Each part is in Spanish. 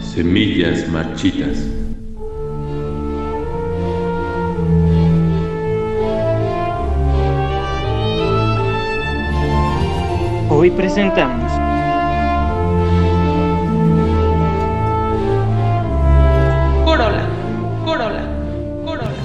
Semillas marchitas. Hoy presentamos Corola, corola, corola.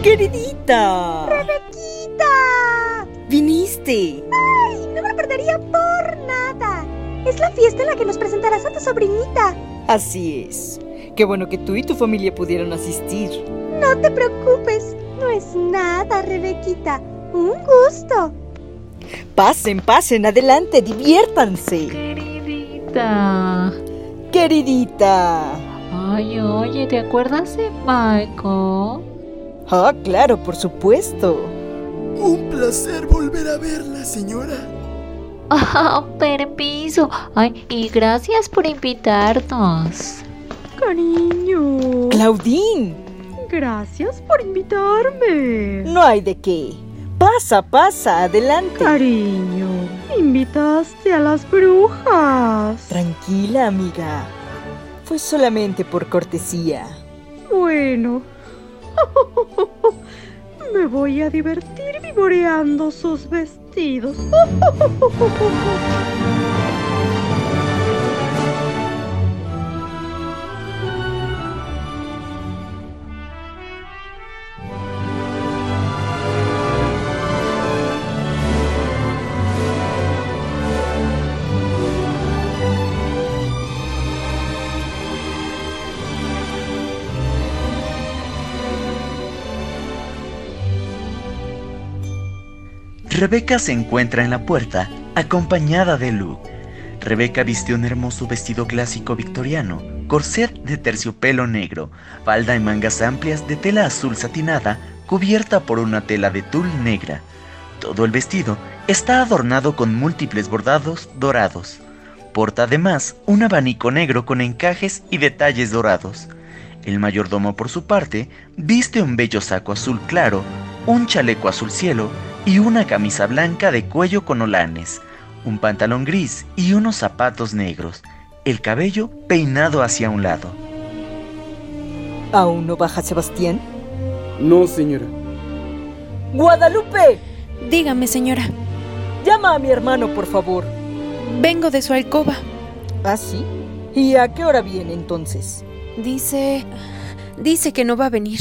¡Queridita! ¡Rebequita! ¡Viniste! ¡Ay! No me lo perdería por nada. Es la fiesta en la que nos presentarás a tu sobrinita. Así es. Qué bueno que tú y tu familia pudieron asistir. No te preocupes. No es nada, Rebequita. Un gusto. Pasen, pasen, adelante, diviértanse. Queridita. Queridita. Ay, oye, ¿te acuerdas de Michael? Ah, claro, por supuesto. Un placer volver a verla, señora. Ah, permiso. Ay, y gracias por invitarnos. Cariño. Claudín, Gracias por invitarme. no hay de qué. Pasa, pasa, adelante. Cariño. Invitaste a las brujas. Tranquila, amiga. Fue solamente por cortesía. Bueno. Me voy a divertir vivoreando sus vestidos. Rebeca se encuentra en la puerta, acompañada de Luke. Rebeca viste un hermoso vestido clásico victoriano, corset de terciopelo negro, falda y mangas amplias de tela azul satinada, cubierta por una tela de tul negra. Todo el vestido está adornado con múltiples bordados dorados. Porta además un abanico negro con encajes y detalles dorados. El mayordomo, por su parte, viste un bello saco azul claro, un chaleco azul cielo y una camisa blanca de cuello con olanes, un pantalón gris y unos zapatos negros, el cabello peinado hacia un lado. ¿Aún no baja Sebastián? No, señora. ¡Guadalupe! Dígame, señora, Llama a mi hermano, por favor. vengo de su alcoba. ¿Ah, sí? ¿Y a qué hora viene entonces? Dice... Dice que no va a venir.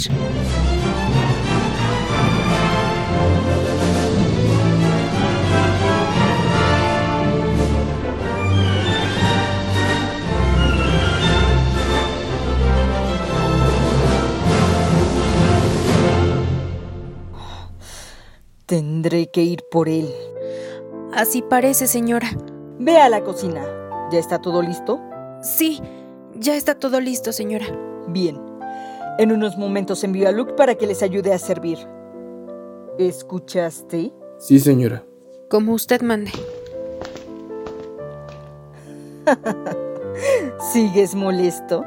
Tendré que ir por él. Así parece, señora. Ve a la cocina. ¿Ya está todo listo? Sí, ya está todo listo, señora. Bien. En unos momentos envío a Luke para que les ayude a servir. ¿Escuchaste? Sí, señora. Como usted mande. ¿Sigues molesto?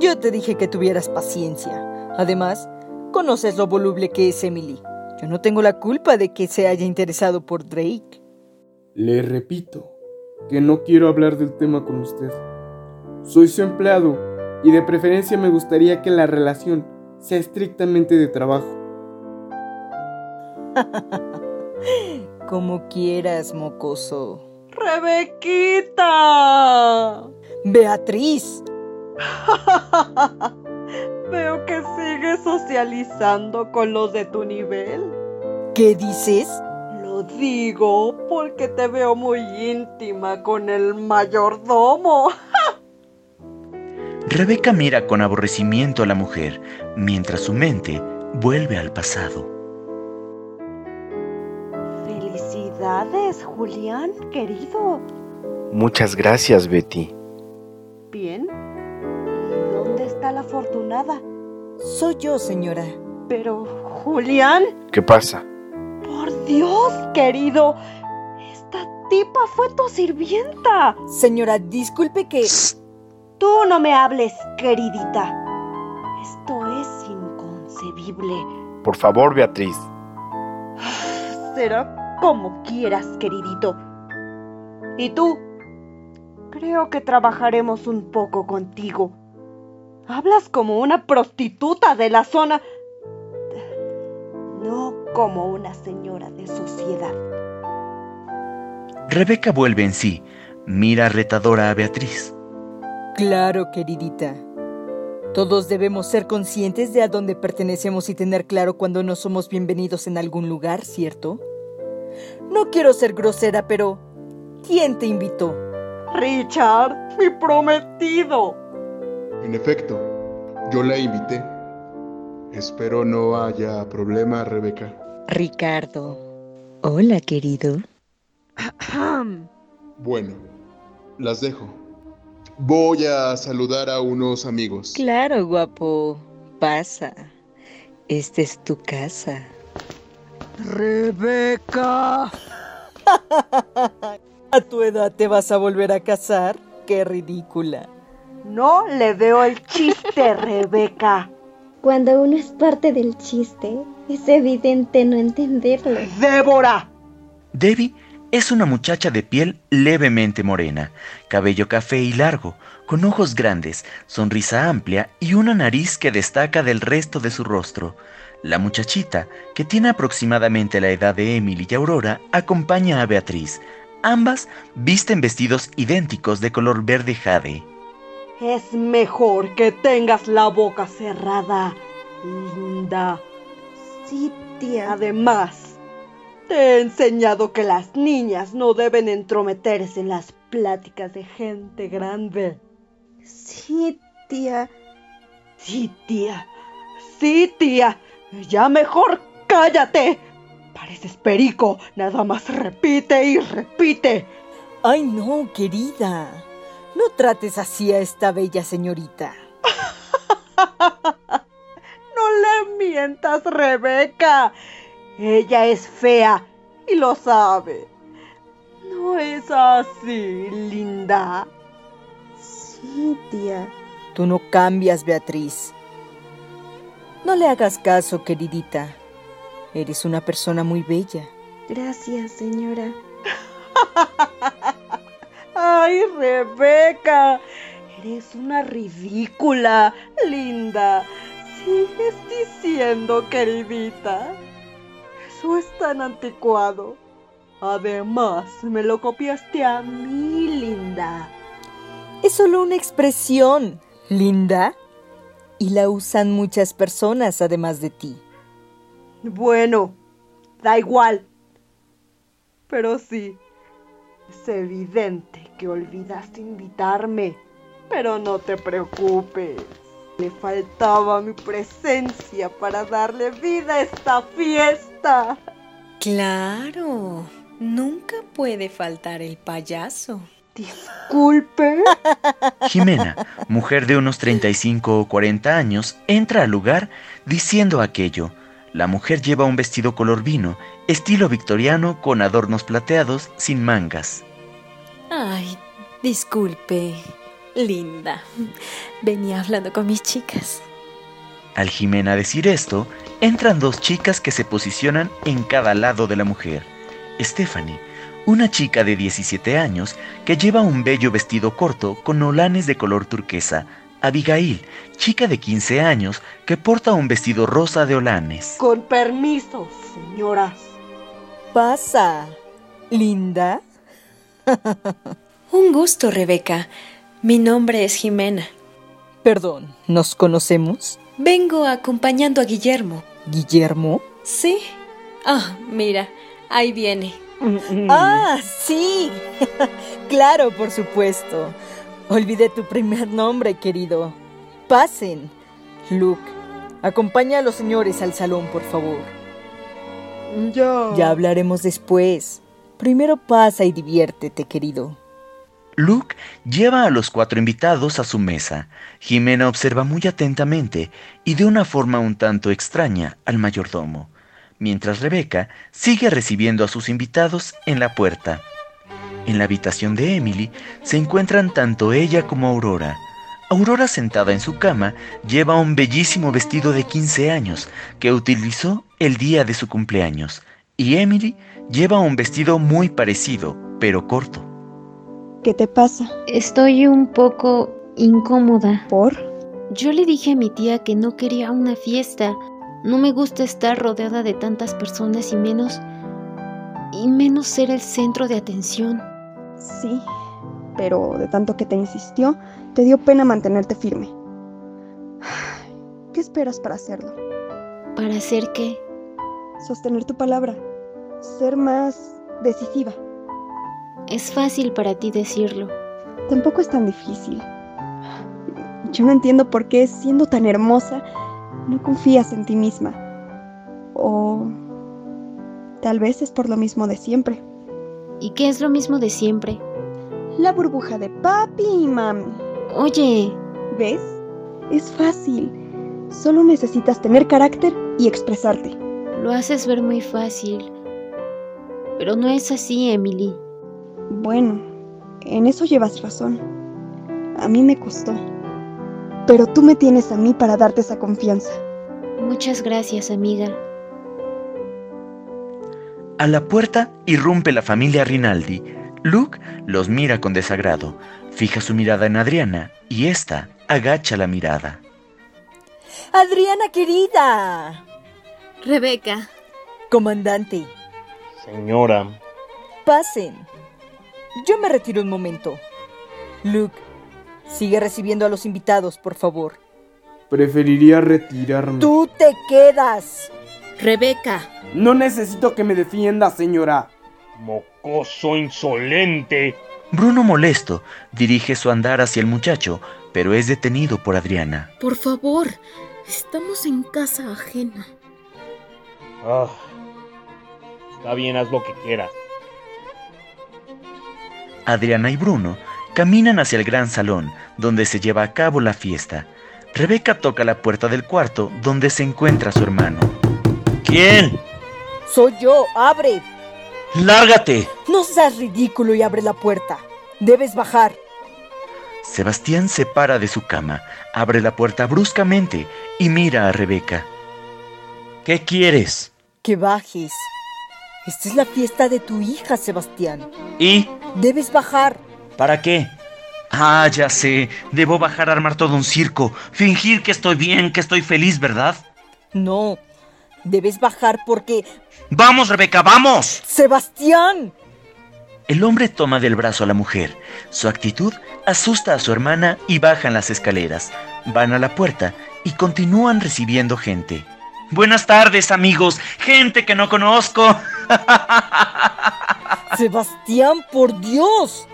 Yo te dije que tuvieras paciencia. Además, conoces lo voluble que es Emily. Yo no tengo la culpa de que se haya interesado por Drake. Le repito que no quiero hablar del tema con usted. Soy su empleado y de preferencia me gustaría que la relación sea estrictamente de trabajo. Como quieras, mocoso. Rebequita. Beatriz, Veo que sigues socializando con los de tu nivel. ¿qué dices? Lo digo porque te veo muy íntima con el mayordomo. Rebeca mira con aborrecimiento a la mujer, mientras su mente vuelve al pasado. Felicidades, Julián, querido. Muchas gracias, Betty. Bien. ¿Y dónde está la afortunada? Soy yo, señora. Pero, Julián, ¿Qué pasa? por Dios, querido, esta tipa fue tu sirvienta. Señora, disculpe que... Tú no me hables, queridita. Esto es inconcebible. Por favor, Beatriz. Será como quieras, queridito. ¿Y tú? Creo que trabajaremos un poco contigo. Hablas como una prostituta de la zona, no como una señora de sociedad. Rebeca vuelve en sí, mira retadora a Beatriz. Claro, queridita. Todos debemos ser conscientes de a dónde pertenecemos y tener claro cuando no somos bienvenidos en algún lugar, ¿cierto? No quiero ser grosera, pero ¿quién te invitó? Richard, mi prometido. En efecto, yo la invité. Espero no haya problema, Rebeca. Ricardo. Hola, querido. Bueno, las dejo. Voy a saludar a unos Pues amigos. Claro, guapo. Pasa. Esta es tu casa. Rebeca. ¿A tu edad te vas a volver a casar? ¡Qué ridícula! No le veo el chiste, Rebeca. Cuando uno es parte del chiste, es evidente no entenderlo. ¡Débora! Debbie es una muchacha de piel levemente morena, cabello café y largo, con ojos grandes, sonrisa amplia y una nariz que destaca del resto de su rostro. La muchachita, que tiene aproximadamente la edad de Emily y Aurora, acompaña a Beatriz. Ambas visten vestidos idénticos de color verde jade. Es mejor que tengas la boca cerrada, linda. Sí, tía. Además, te he enseñado que las niñas no deben entrometerse en las pláticas de gente grande. Sí, tía. Sí, tía. Sí, tía. Ya mejor cállate. Pareces perico. Nada más repite y repite. Ay, no, querida. No trates así a esta bella señorita. no le mientas, Rebeca. Ella es fea y lo sabe. No es así, linda. Sí, tía. Tú no cambias, Beatriz. No le hagas caso, queridita. Eres una persona muy bella. Gracias, señora. ¡Ay, Rebeca! Eres una ridícula, linda. Sigues diciendo, queridita. Eso es tan anticuado. Además, me lo copiaste a mí, linda. Es solo una expresión, linda. Y la usan muchas personas además de ti. Bueno, da igual. Pero sí, es evidente que olvidaste invitarme, pero no te preocupes. Le faltaba mi presencia para darle vida a esta fiesta. Claro, nunca puede faltar el payaso. Disculpe. Jimena, mujer de unos 35 o 40 años, entra al lugar diciendo aquello. La mujer lleva un vestido color vino, estilo victoriano con adornos plateados sin mangas. Ay, disculpe, linda. Venía hablando con mis chicas. Al Jimena decir esto, entran dos chicas que se posicionan en cada lado de la mujer. Stephanie, una chica de 17 años que lleva un bello vestido corto con olanes de color turquesa, Abigail, chica de 15 años que porta un vestido rosa de olanes. Con permiso, señoras. Pasa, linda. un gusto, Rebeca. Mi nombre es Jimena. Perdón, ¿nos conocemos? Vengo acompañando a Guillermo. ¿Guillermo? Sí. Ah, oh, mira, ahí viene. ah, sí. claro, por supuesto. Olvidé tu primer nombre, querido. Pasen. Luke, acompaña a los señores al salón, por favor. Ya. Ya hablaremos después. Primero pasa y diviértete, querido. Luke lleva a los cuatro invitados a su mesa. Jimena observa muy atentamente y de una forma un tanto extraña al mayordomo, mientras Rebeca sigue recibiendo a sus invitados en la puerta. En la habitación de Emily se encuentran tanto ella como Aurora. Aurora sentada en su cama lleva un bellísimo vestido de 15 años que utilizó el día de su cumpleaños y Emily lleva un vestido muy parecido, pero corto. ¿Qué te pasa? Estoy un poco incómoda. ¿Por? Yo le dije a mi tía que no quería una fiesta. No me gusta estar rodeada de tantas personas y menos y menos ser el centro de atención. Sí, pero de tanto que te insistió, te dio pena mantenerte firme. ¿Qué esperas para hacerlo? ¿Para hacer qué? Sostener tu palabra, ser más decisiva. Es fácil para ti decirlo. Tampoco es tan difícil. Yo no entiendo por qué, siendo tan hermosa, no confías en ti misma. O tal vez es por lo mismo de siempre. ¿Y qué es lo mismo de siempre? La burbuja de papi y mami. Oye. ¿Ves? Es fácil. Solo necesitas tener carácter y expresarte. Lo haces ver muy fácil. Pero no es así, Emily. Bueno, en eso llevas razón. A mí me costó. Pero tú me tienes a mí para darte esa confianza. Muchas gracias, amiga. A la puerta irrumpe la familia Rinaldi. Luke los mira con desagrado, fija su mirada en Adriana y ésta agacha la mirada. Adriana querida. Rebeca. Comandante. Señora. Pasen. Yo me retiro un momento. Luke, sigue recibiendo a los invitados, por favor. Preferiría retirarme. Tú te quedas. Rebeca. No necesito que me defienda, señora. Mocoso insolente. Bruno molesto dirige su andar hacia el muchacho, pero es detenido por Adriana. Por favor, estamos en casa ajena. Ah, está bien, haz lo que quieras. Adriana y Bruno caminan hacia el gran salón, donde se lleva a cabo la fiesta. Rebeca toca la puerta del cuarto donde se encuentra su hermano. ¿Quién? Soy yo, abre. ¡Lárgate! No seas ridículo y abre la puerta. Debes bajar. Sebastián se para de su cama, abre la puerta bruscamente y mira a Rebeca. ¿Qué quieres? Que bajes. Esta es la fiesta de tu hija, Sebastián. ¿Y? Debes bajar. ¿Para qué? Ah, ya sé. Debo bajar a armar todo un circo. Fingir que estoy bien, que estoy feliz, ¿verdad? No. Debes bajar porque... ¡Vamos, Rebeca, vamos! ¡Sebastián! El hombre toma del brazo a la mujer. Su actitud asusta a su hermana y bajan las escaleras. Van a la puerta y continúan recibiendo gente. Buenas tardes, amigos. Gente que no conozco. Sebastián, por Dios.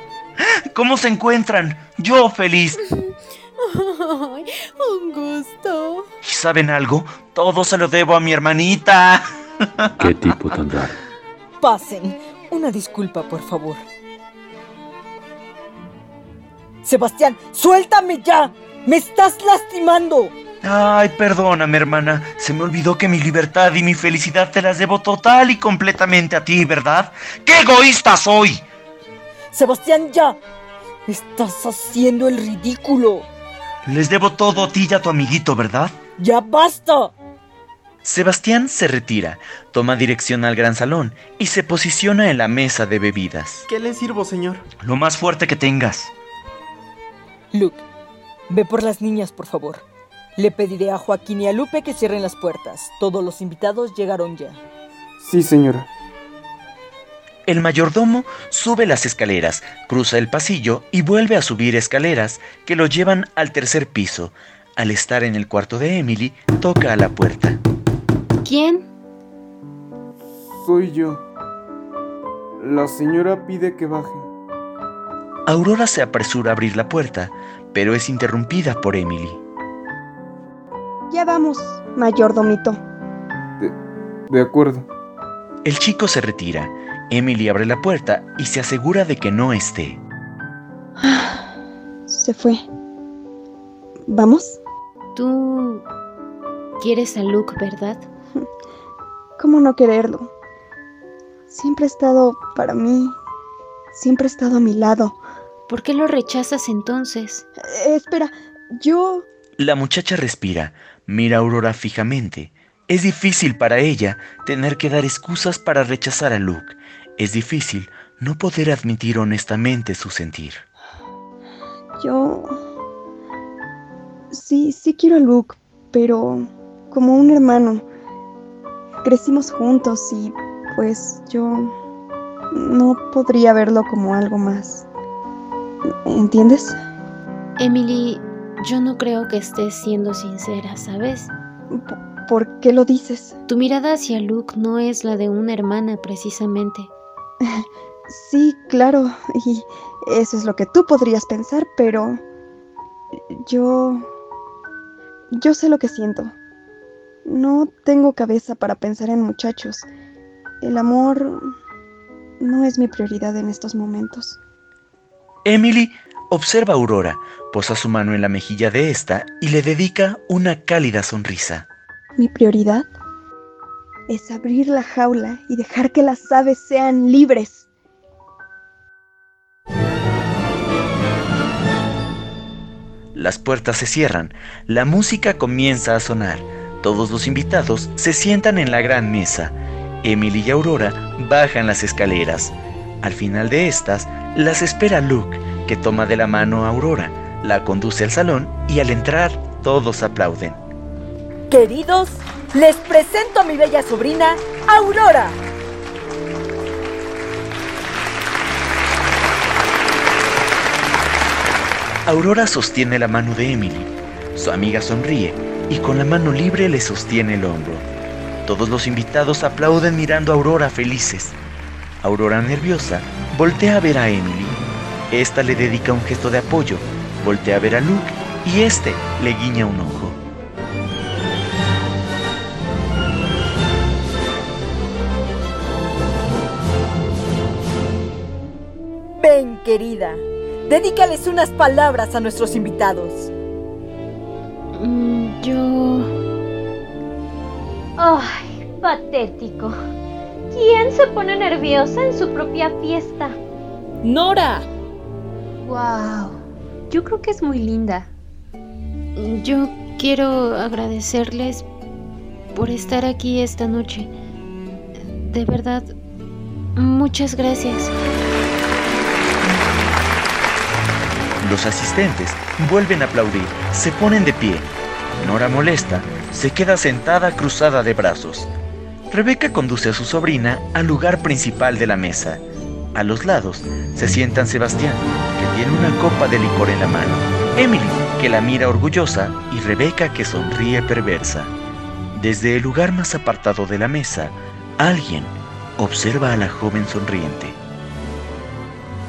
¿Cómo se encuentran? Yo feliz. Ay, un gusto. ¿Y saben algo? Todo se lo debo a mi hermanita. ¿Qué tipo tan raro? Pasen. Una disculpa, por favor. Sebastián, suéltame ya. Me estás lastimando. Ay, perdóname, hermana. Se me olvidó que mi libertad y mi felicidad te las debo total y completamente a ti, ¿verdad? ¡Qué egoísta soy! Sebastián, ya. Estás haciendo el ridículo. Les debo todo a ti y a tu amiguito, ¿verdad? Ya basta. Sebastián se retira, toma dirección al gran salón y se posiciona en la mesa de bebidas. ¿Qué le sirvo, señor? Lo más fuerte que tengas. Luke, ve por las niñas, por favor. Le pediré a Joaquín y a Lupe que cierren las puertas. Todos los invitados llegaron ya. Sí, señora. El mayordomo sube las escaleras, cruza el pasillo y vuelve a subir escaleras que lo llevan al tercer piso. Al estar en el cuarto de Emily, toca a la puerta. ¿Quién? Soy yo. La señora pide que baje. Aurora se apresura a abrir la puerta, pero es interrumpida por Emily. Ya vamos, mayordomito. De, de acuerdo. El chico se retira. Emily abre la puerta y se asegura de que no esté. Se fue. ¿Vamos? Tú quieres a Luke, ¿verdad? ¿Cómo no quererlo? Siempre ha estado para mí. Siempre ha estado a mi lado. ¿Por qué lo rechazas entonces? Eh, espera, Yo... La muchacha respira, mira a Aurora fijamente. Es difícil para ella tener que dar excusas para rechazar a Luke. Es difícil no poder admitir honestamente su sentir. Yo... Sí, sí quiero a Luke, pero como un hermano. Crecimos juntos y pues yo no podría verlo como algo más. ¿Entiendes? Emily, yo no creo que estés siendo sincera, ¿sabes? ¿Por qué lo dices? Tu mirada hacia Luke no es la de una hermana precisamente. Sí, claro, y eso es lo que tú podrías pensar, pero yo... Yo sé lo que siento. No tengo cabeza para pensar en muchachos. El amor no es mi prioridad en estos momentos. Emily observa a Aurora, posa su mano en la mejilla de esta y le dedica una cálida sonrisa. Mi prioridad es abrir la jaula y dejar que las aves sean libres. Las puertas se cierran, la música comienza a sonar, todos los invitados se sientan en la gran mesa. Emily y Aurora bajan las escaleras. Al final de estas, las espera Luke, que toma de la mano a Aurora, la conduce al salón y al entrar todos aplauden. Queridos, les presento a mi bella sobrina, Aurora. Aurora sostiene la mano de Emily. Su amiga sonríe y con la mano libre le sostiene el hombro. Todos los invitados aplauden mirando a Aurora felices. Aurora nerviosa voltea a ver a Emily. Esta le dedica un gesto de apoyo, voltea a ver a Luke y este le guiña un ojo. Ven, querida, dedícales unas palabras a nuestros invitados. Mm, yo... ¡Ay, patético! ¿Quién se pone nerviosa en su propia fiesta? ¡Nora! ¡Wow! Yo creo que es muy linda. Yo quiero agradecerles por estar aquí esta noche. De verdad, muchas gracias. Los asistentes vuelven a aplaudir, se ponen de pie. Nora molesta se queda sentada cruzada de brazos. Rebeca conduce a su sobrina al lugar principal de la mesa. A los lados se sientan Sebastián, que tiene una copa de licor en la mano, Emily, que la mira orgullosa, y Rebeca, que sonríe perversa. Desde el lugar más apartado de la mesa, alguien observa a la joven sonriente.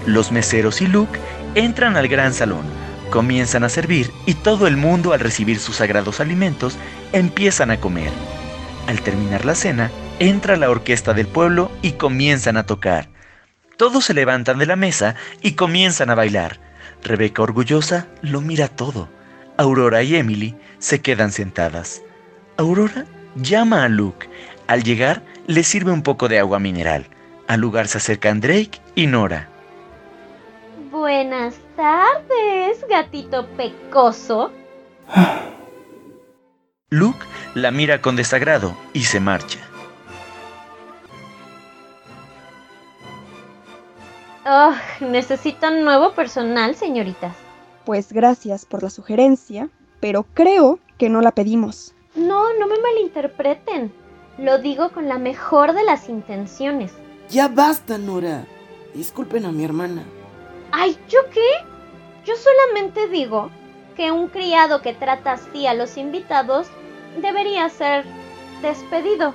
Los meseros y Luke entran al gran salón, comienzan a servir y todo el mundo al recibir sus sagrados alimentos empiezan a comer. Al terminar la cena, entra la orquesta del pueblo y comienzan a tocar. Todos se levantan de la mesa y comienzan a bailar. Rebeca orgullosa lo mira todo. Aurora y Emily se quedan sentadas. Aurora llama a Luke. Al llegar, le sirve un poco de agua mineral. Al lugar se acercan Drake y Nora. Buenas tardes, gatito pecoso. Luke la mira con desagrado y se marcha. Oh, necesito nuevo personal, señoritas. Pues gracias por la sugerencia, pero creo que no la pedimos. No, no me malinterpreten. Lo digo con la mejor de las intenciones. Ya basta, Nora. Disculpen a mi hermana. Ay, ¿yo qué? Yo solamente digo que un criado que trata así a los invitados debería ser despedido.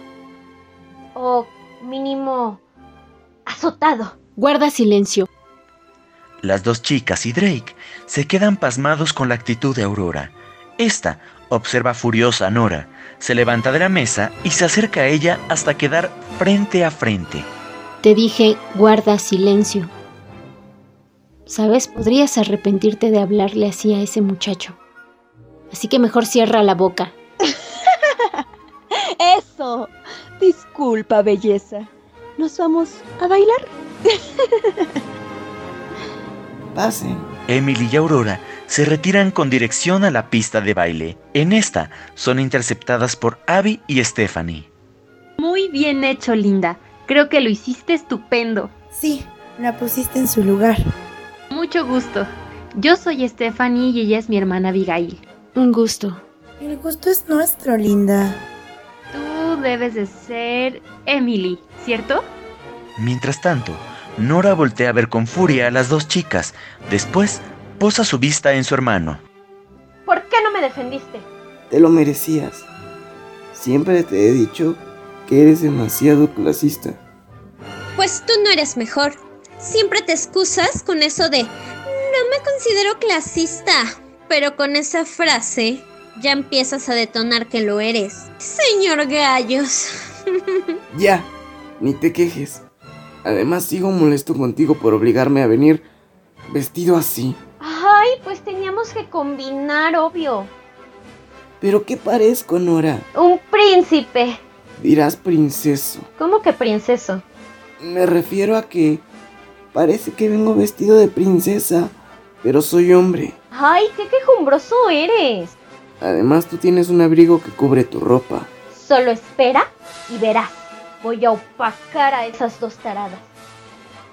O mínimo azotado. Guarda silencio. Las dos chicas y Drake se quedan pasmados con la actitud de Aurora. Esta observa furiosa a Nora, se levanta de la mesa y se acerca a ella hasta quedar frente a frente. Te dije, guarda silencio. ¿Sabes? Podrías arrepentirte de hablarle así a ese muchacho. Así que mejor cierra la boca. Eso. Disculpa, belleza. Nos vamos a bailar. Pasen. Emily y Aurora se retiran con dirección a la pista de baile. En esta son interceptadas por Abby y Stephanie. Muy bien hecho, Linda. Creo que lo hiciste estupendo. Sí, la pusiste en su lugar. Mucho gusto. Yo soy Stephanie y ella es mi hermana Abigail. Un gusto. El gusto es nuestro, Linda. Tú debes de ser Emily, ¿cierto? Mientras tanto, Nora voltea a ver con furia a las dos chicas. Después, posa su vista en su hermano. ¿Por qué no me defendiste? Te lo merecías. Siempre te he dicho que eres demasiado clasista. Pues tú no eres mejor. Siempre te excusas con eso de no me considero clasista, pero con esa frase ya empiezas a detonar que lo eres. Señor Gallos. ya, ni te quejes. Además sigo molesto contigo por obligarme a venir vestido así. Ay, pues teníamos que combinar, obvio. ¿Pero qué parezco, Nora? Un príncipe. Dirás princeso. ¿Cómo que princeso? Me refiero a que parece que vengo vestido de princesa, pero soy hombre. Ay, qué quejumbroso eres. Además, tú tienes un abrigo que cubre tu ropa. Solo espera y verás. Voy a opacar a esas dos taradas.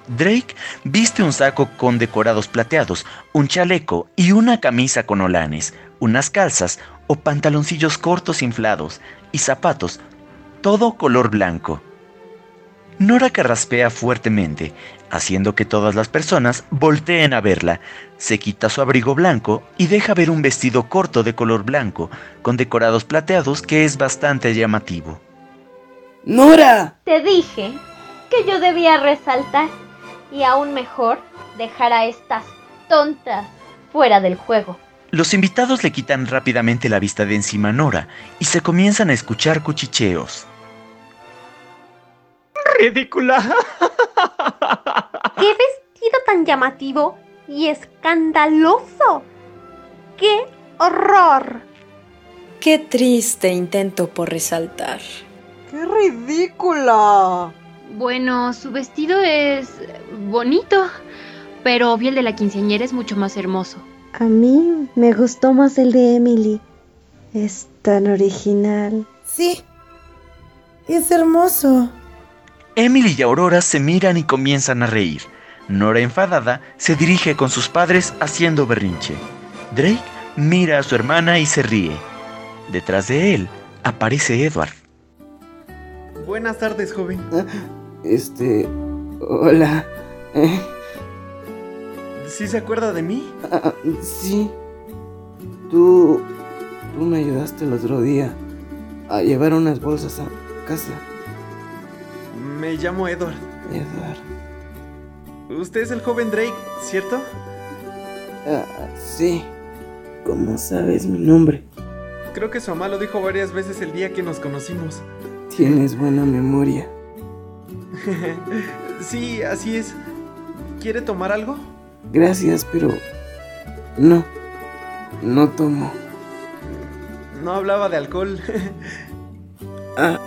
Drake viste un saco con decorados plateados, un chaleco y una camisa con olanes, unas calzas o pantaloncillos cortos inflados y zapatos, todo color blanco. Nora carraspea fuertemente, haciendo que todas las personas volteen a verla. Se quita su abrigo blanco y deja ver un vestido corto de color blanco, con decorados plateados que es bastante llamativo. ¡Nora! Te dije que yo debía resaltar y aún mejor dejar a estas tontas fuera del juego. Los invitados le quitan rápidamente la vista de encima a Nora y se comienzan a escuchar cuchicheos. ¡Ridícula! ¡Qué vestido tan llamativo y escandaloso! ¡Qué horror! ¡Qué triste intento por resaltar! ¡Qué ridícula! Bueno, su vestido es bonito, pero obvio el de la quinceañera es mucho más hermoso. A mí me gustó más el de Emily. Es tan original. Sí, es hermoso. Emily y Aurora se miran y comienzan a reír. Nora enfadada se dirige con sus padres haciendo berrinche. Drake mira a su hermana y se ríe. Detrás de él aparece Edward. Buenas tardes, joven. Ah, Este... Hola. Eh. ¿Sí se acuerda de mí? Ah, sí. Tú... Tú me ayudaste el otro día a llevar unas bolsas a casa. Me llamo Edward. Edward. Usted es el joven Drake, ¿cierto? Ah, sí. ¿Cómo sabes mi nombre? Creo que su mamá lo dijo varias veces el día que nos conocimos. Tienes buena memoria. sí, así es. ¿Quiere tomar algo? Gracias, pero... No. No tomo. No hablaba de alcohol. ah,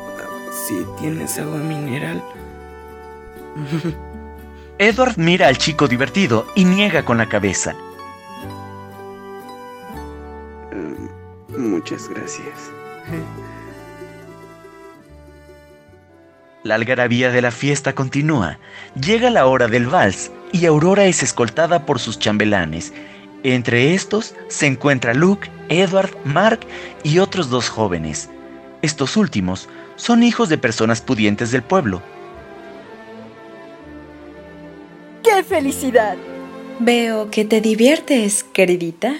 sí, tienes agua mineral. Edward mira al chico divertido y niega con la cabeza. Uh, muchas gracias. La algarabía de la fiesta continúa. Llega la hora del vals y Aurora es escoltada por sus chambelanes. Entre estos se encuentra Luke, Edward, Mark y otros dos jóvenes. Estos últimos son hijos de personas pudientes del pueblo. ¡Qué felicidad! Veo que te diviertes, queridita.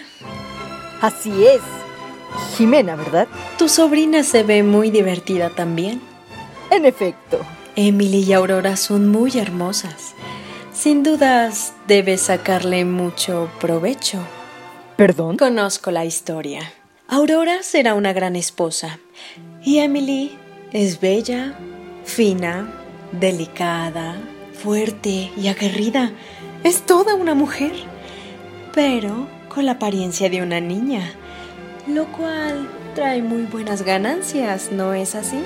Así es. Jimena, ¿verdad? Tu sobrina se ve muy divertida también. En efecto. Emily y Aurora son muy hermosas. Sin dudas, debes sacarle mucho provecho. ¿Perdón? Conozco la historia. Aurora será una gran esposa. Y Emily es bella, fina, delicada, fuerte y aguerrida. Es toda una mujer, pero con la apariencia de una niña, lo cual trae muy buenas ganancias, ¿no es así?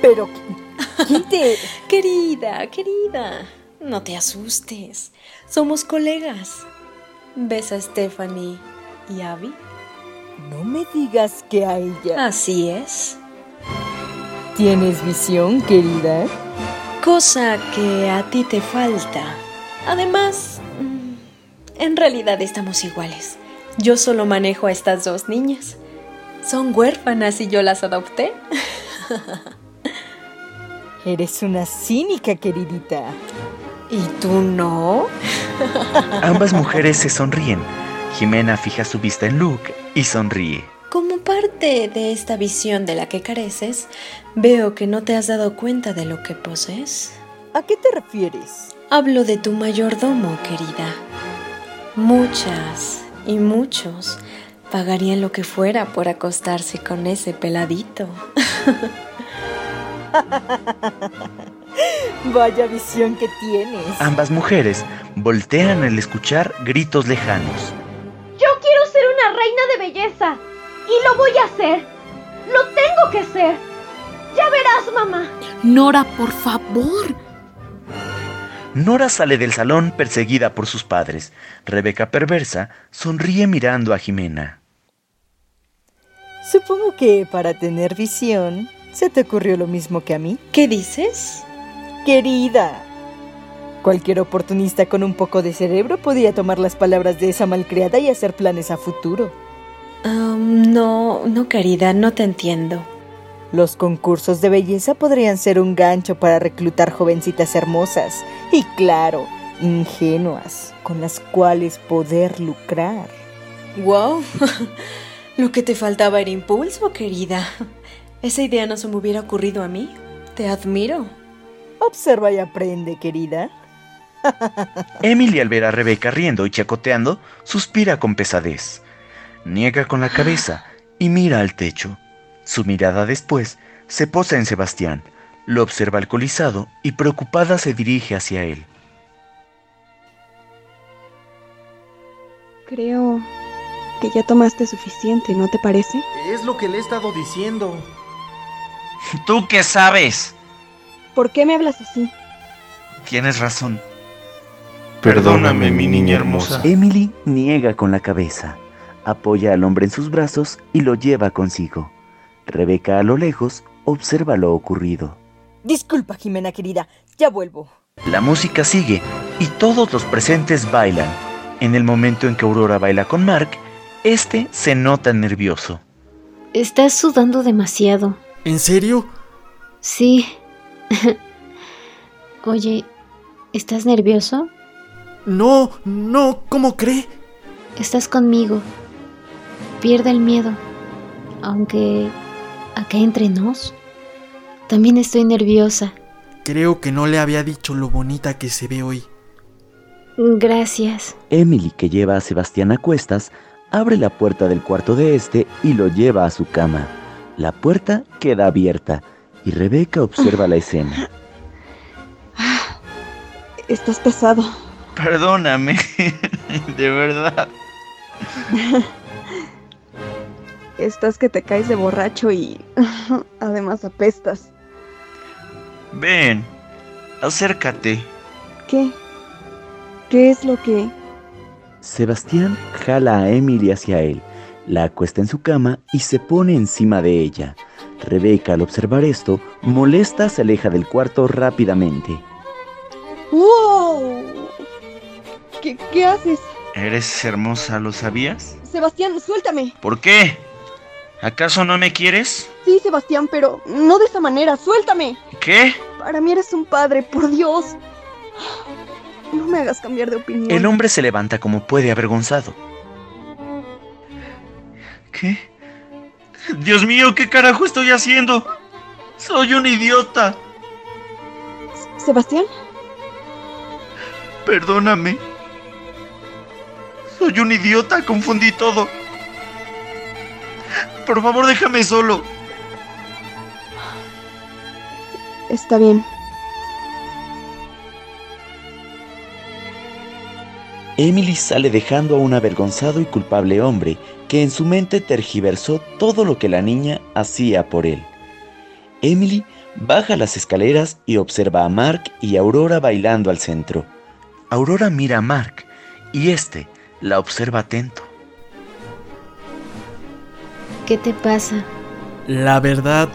Pero, ¿quién te... querida, querida, no te asustes. Somos colegas. Besa a Stephanie y Abby. No me digas que a ella. Así es. ¿Tienes visión, querida? Cosa que a ti te falta. Además, mm, en realidad estamos iguales. Yo solo manejo a estas dos niñas. Son huérfanas y yo las adopté. Eres una cínica, queridita. ¿Y tú no? Ambas mujeres se sonríen. Jimena fija su vista en Luke y sonríe. Como parte de esta visión de la que careces, veo que no te has dado cuenta de lo que posees. ¿A qué te refieres? Hablo de tu mayordomo, querida. Muchas y muchos pagarían lo que fuera por acostarse con ese peladito. Vaya visión que tienes. Ambas mujeres voltean al escuchar gritos lejanos. Yo quiero ser una reina de belleza y lo voy a hacer. Lo tengo que ser. Ya verás, mamá. Nora, por favor. Nora sale del salón perseguida por sus padres. Rebeca perversa sonríe mirando a Jimena. Supongo que para tener visión, ¿se te ocurrió lo mismo que a mí? ¿Qué dices? Querida, cualquier oportunista con un poco de cerebro podía tomar las palabras de esa malcriada y hacer planes a futuro. Um, no, no, querida, no te entiendo. Los concursos de belleza podrían ser un gancho para reclutar jovencitas hermosas y, claro, ingenuas, con las cuales poder lucrar. ¡Wow! Lo que te faltaba era impulso, querida. Esa idea no se me hubiera ocurrido a mí. Te admiro. Observa y aprende, querida. Emily al ver a Rebeca riendo y chacoteando, suspira con pesadez. Niega con la cabeza y mira al techo. Su mirada después se posa en Sebastián, lo observa alcoholizado y preocupada se dirige hacia él. Creo que ya tomaste suficiente, ¿no te parece? Es lo que le he estado diciendo. ¿Tú qué sabes? ¿Por qué me hablas así? Tienes razón. Perdóname, mi niña hermosa. Emily niega con la cabeza, apoya al hombre en sus brazos y lo lleva consigo. Rebeca a lo lejos observa lo ocurrido. Disculpa, Jimena querida, ya vuelvo. La música sigue y todos los presentes bailan. En el momento en que Aurora baila con Mark, este se nota nervioso. Estás sudando demasiado. ¿En serio? Sí. Oye, ¿estás nervioso? No, no, ¿cómo cree? Estás conmigo. Pierde el miedo. Aunque acá entre nos. También estoy nerviosa. Creo que no le había dicho lo bonita que se ve hoy. Gracias. Emily, que lleva a Sebastián a cuestas, abre la puerta del cuarto de este y lo lleva a su cama. La puerta queda abierta y Rebeca observa la escena. Estás pesado. Perdóname, de verdad. Estás que te caes de borracho y además apestas. Ven, acércate. ¿Qué? ¿Qué es lo que...? Sebastián jala a Emily hacia él, la acuesta en su cama y se pone encima de ella. Rebeca, al observar esto, molesta se aleja del cuarto rápidamente. ¡Wow! ¿Qué, qué haces? Eres hermosa, ¿lo sabías? Sebastián, suéltame. ¿Por qué? ¿Acaso no me quieres? Sí, Sebastián, pero no de esa manera, suéltame. ¿Qué? Para mí eres un padre, por Dios. No me hagas cambiar de opinión. El hombre se levanta como puede, avergonzado. ¿Qué? Dios mío, ¿qué carajo estoy haciendo? Soy un idiota. Sebastián. Perdóname. Soy un idiota, confundí todo. Por favor, déjame solo. Está bien. Emily sale dejando a un avergonzado y culpable hombre que en su mente tergiversó todo lo que la niña hacía por él. Emily baja las escaleras y observa a Mark y Aurora bailando al centro. Aurora mira a Mark y este La observa atento. ¿Qué te pasa? La verdad,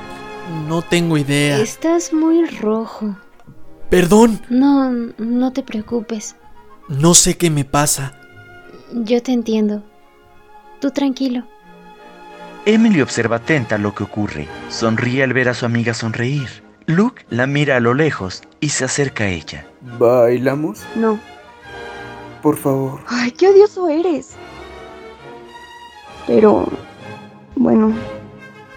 no tengo idea. Estás muy rojo. Perdón, No, no te preocupes. no sé qué me pasa. Yo te entiendo. Tú tranquilo. Emily observa atenta lo que ocurre. Sonríe al ver a su amiga sonreír. Luke la mira a lo lejos y se acerca a ella. ¿Bailamos? No. Por favor. Ay, qué odioso eres. Pero... Bueno,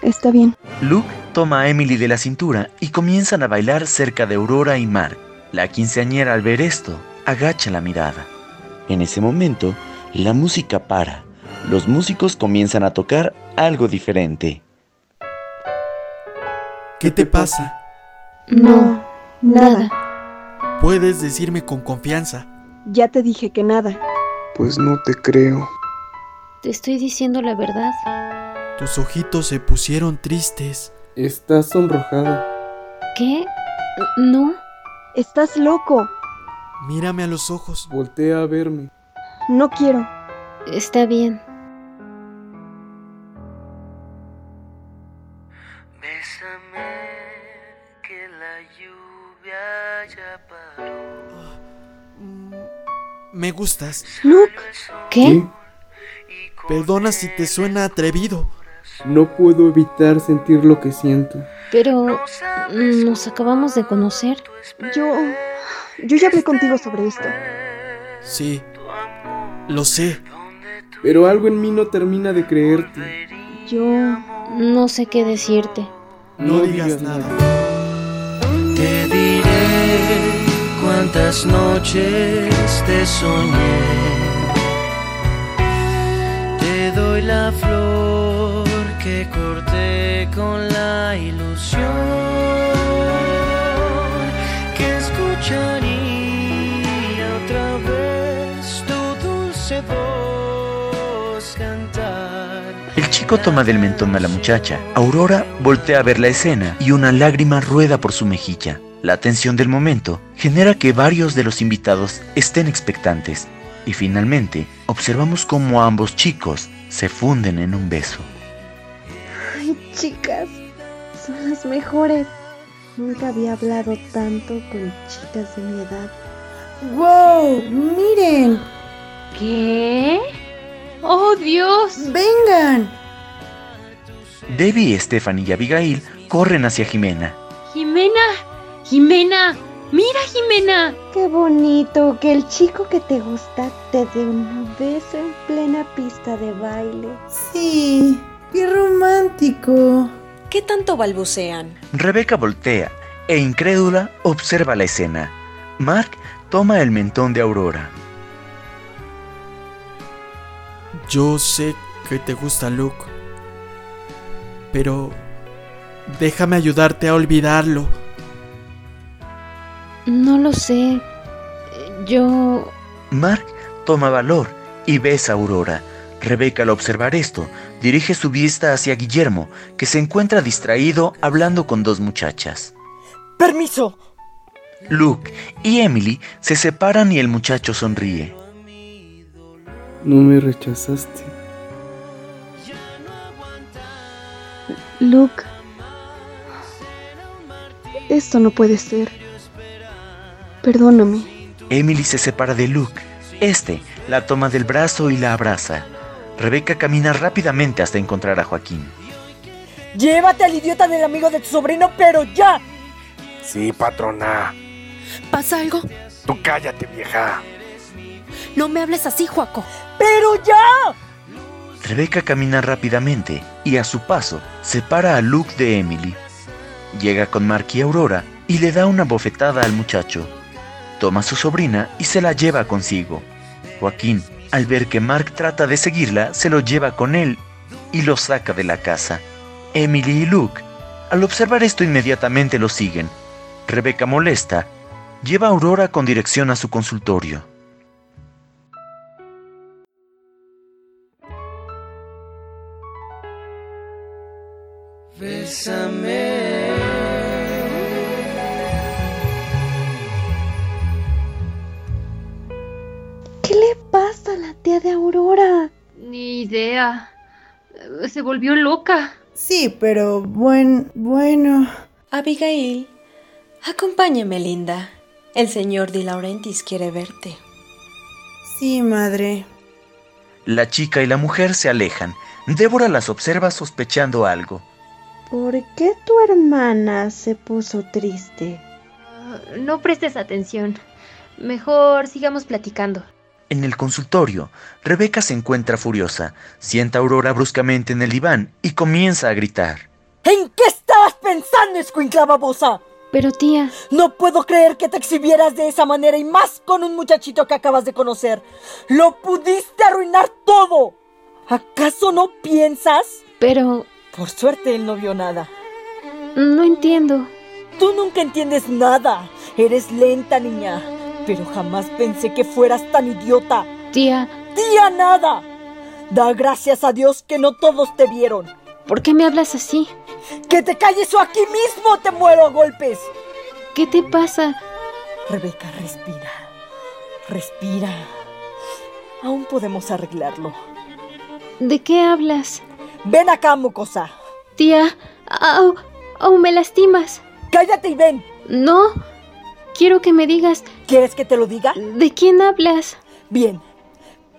está bien. Luke toma a Emily de la cintura y comienzan a bailar cerca de Aurora y Mark. La quinceañera al ver esto, agacha la mirada. En ese momento, la música para. Los músicos comienzan a tocar algo diferente. ¿Qué te pasa? No, nada. Puedes decirme con confianza. Ya te dije que nada. Pues no te creo. Te estoy diciendo la verdad. Tus ojitos se pusieron tristes. Estás sonrojada. ¿Qué? No. Estás loco. Mírame a los ojos. Voltea a verme. No quiero. Está bien. Me gustas. Luke. ¿Qué? Perdona si te suena atrevido. No puedo evitar sentir lo que siento. Pero nos acabamos de conocer. Yo... Yo ya hablé contigo sobre esto. Sí. Lo sé. Pero algo en mí no termina de creerte. Yo no sé qué decirte. No digas nada. Te diré cuántas noches te soñé. Te doy la flor que corté con la ilusión que escucharía otra vez tu dulce voz cantar. El chico toma del mentón a la muchacha. Aurora voltea a ver la escena y una lágrima rueda por su mejilla. La tensión del momento genera que varios de los invitados estén expectantes. Y finalmente, observamos cómo ambos chicos se funden en un beso. Ay, chicas, son las mejores. Nunca había hablado tanto con chicas de mi edad. ¡Wow! ¡Miren! ¿Qué? ¡Oh, Dios! ¡Vengan! Debbie, Stephanie y Abigail corren hacia Jimena. Jimena, Jimena, mira Jimena. ¡Qué bonito que el chico que te gusta te dé un beso en plena pista de baile! Sí, qué romántico. ¿Qué tanto balbucean? Rebeca voltea e incrédula observa la escena. Mark toma el mentón de Aurora. Yo sé que te gusta Luke. Pero... Déjame ayudarte a olvidarlo. No lo sé. Yo... Mark toma valor y besa a Aurora. Rebeca al observar esto dirige su vista hacia Guillermo, que se encuentra distraído hablando con dos muchachas. ¡Permiso! Luke y Emily se separan y el muchacho sonríe. No me rechazaste. Luke. Esto no puede ser. Perdóname. Emily se separa de Luke. Este la toma del brazo y la abraza. Rebeca camina rápidamente hasta encontrar a Joaquín. Llévate al idiota del amigo de tu sobrino, pero ya. Sí, patrona. ¿Pasa algo? Tú cállate, vieja. No me hables así, Juaco. ¡Pero ya! Rebeca camina rápidamente y a su paso separa a Luke de Emily. Llega con Mark y Aurora y le da una bofetada al muchacho. Toma a su sobrina y se la lleva consigo. Joaquín, al ver que Mark trata de seguirla, se lo lleva con él y lo saca de la casa. Emily y Luke, al observar esto inmediatamente lo siguen. Rebeca molesta, lleva a Aurora con dirección a su consultorio. Bésame. ¿Qué le pasa a la tía de Aurora? Ni idea. Eh, Se volvió loca. Sí, pero buen, bueno. Abigail, acompáñeme, linda. El señor Di Laurentiis quiere verte. Sí, madre. La chica y la mujer se alejan. Débora las observa sospechando algo. ¿Por qué tu hermana se puso triste? Ah, No prestes atención. Mejor sigamos platicando. En el consultorio, Rebeca se encuentra furiosa, sienta a Aurora bruscamente en el diván y comienza a gritar. ¿En qué estabas pensando, escuincla babosa? Pero tía, No puedo creer que te exhibieras de esa manera y más con un muchachito que acabas de conocer. ¡Lo pudiste arruinar todo! ¿Acaso no piensas? Pero Por suerte él no vio nada. no entiendo. Tú nunca entiendes nada. Eres lenta, niña. Pero jamás pensé que fueras tan idiota. Tía, ¡Tía nada! Da gracias a Dios que no todos te vieron. ¿por qué me hablas así? ¡Que te calles o aquí mismo te muero a golpes! ¿Qué te pasa? Rebeca, respira. Respira. Aún podemos arreglarlo. ¿De qué hablas? Ven acá, mucosa. Tía, au, au, me lastimas. Cállate y ven. No, quiero que me digas, ¿Quieres que te lo diga? ¿de quién hablas? Bien,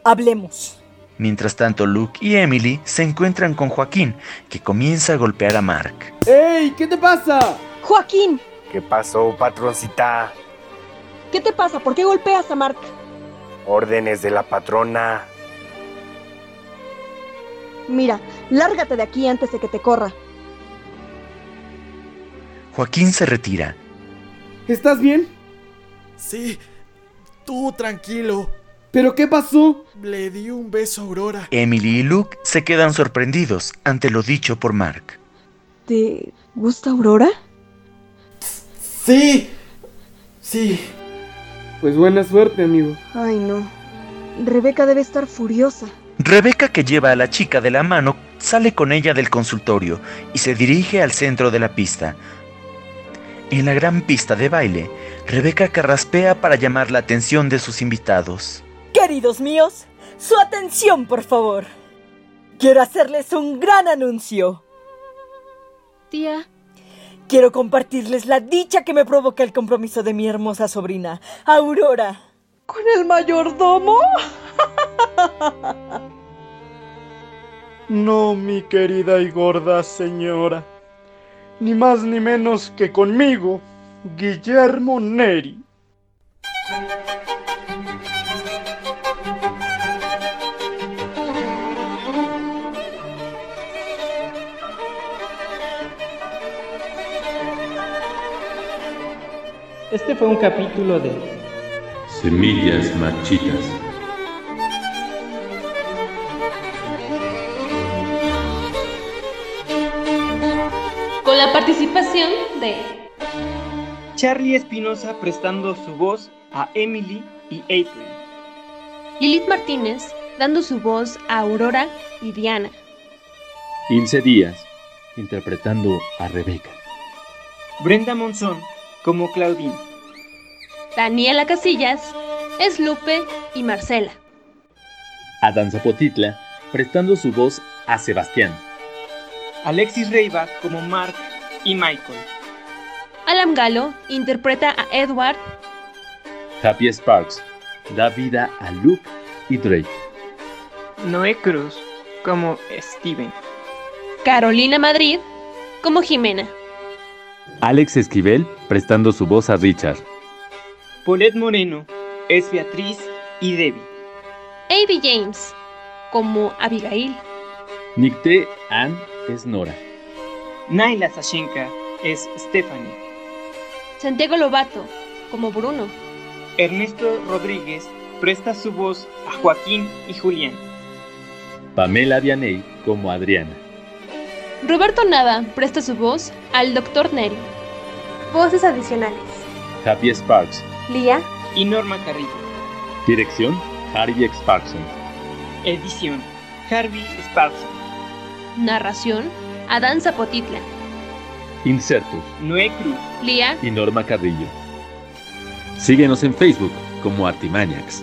hablemos. Mientras tanto, Luke y Emily se encuentran con Joaquín, que comienza a golpear a Mark. ¡Ey! ¿Qué te pasa? Joaquín, ¿Qué pasó, patroncita? ¿qué te pasa? ¿Por qué golpeas a Mark? Órdenes de la patrona. Mira, lárgate de aquí antes de que te corra. Joaquín se retira. ¿Estás bien? Sí, tú tranquilo. ¿Pero qué pasó? Le di un beso a Aurora. Emily y Luke se quedan sorprendidos ante lo dicho por Mark. ¿Te gusta Aurora? Sí, sí. Pues buena suerte, amigo. Ay, no. Rebeca debe estar furiosa. Rebeca, que lleva a la chica de la mano, sale con ella del consultorio y se dirige al centro de la pista. En la gran pista de baile, Rebeca carraspea para llamar la atención de sus invitados. Queridos míos, su atención, por favor. Quiero hacerles un gran anuncio. Tía, Quiero compartirles la dicha que me provoca el compromiso de mi hermosa sobrina, Aurora. ¿Con el mayordomo? No, mi querida y gorda señora. Ni más ni menos que conmigo, Guillermo Neri. Este fue un capítulo de Semillas marchitas. Con la participación de Charlie Espinosa prestando su voz a Emily y April. Lilith Martínez, dando su voz a Aurora y Diana. Ilse Díaz, interpretando a Rebeca. Brenda Monzón como Claudine. Daniela Casillas, es Lupe y Marcela. Adán Zapotitla, prestando su voz a Sebastián. Alexis Reiva como Mark y Michael. Alam Galo interpreta a Edward Happy Sparks, da vida a Luke y Drake. Noé Cruz como Steven. Carolina Madrid como Jimena. Alex Esquivel, prestando su voz a Richard. Paulette Moreno es Beatriz y Debbie. Avi James como Abigail. Nicté Ann es Nora. Naila Sashenka es Stephanie. Santiago Lobato como Bruno. Ernesto Rodríguez presta su voz a Joaquín y Julián. Pamela Vianey como Adriana. Roberto Nava presta su voz al Dr. Neri. Voces adicionales. Happy Sparks. Lía. Y Norma Carrillo. Dirección Harvey Sparkson. Edición Harvey Sparks. Narración. Adán Zapotitla. Insertus Noé Cruz. Lía. y Norma Carrillo. Síguenos en Facebook como Artimañax.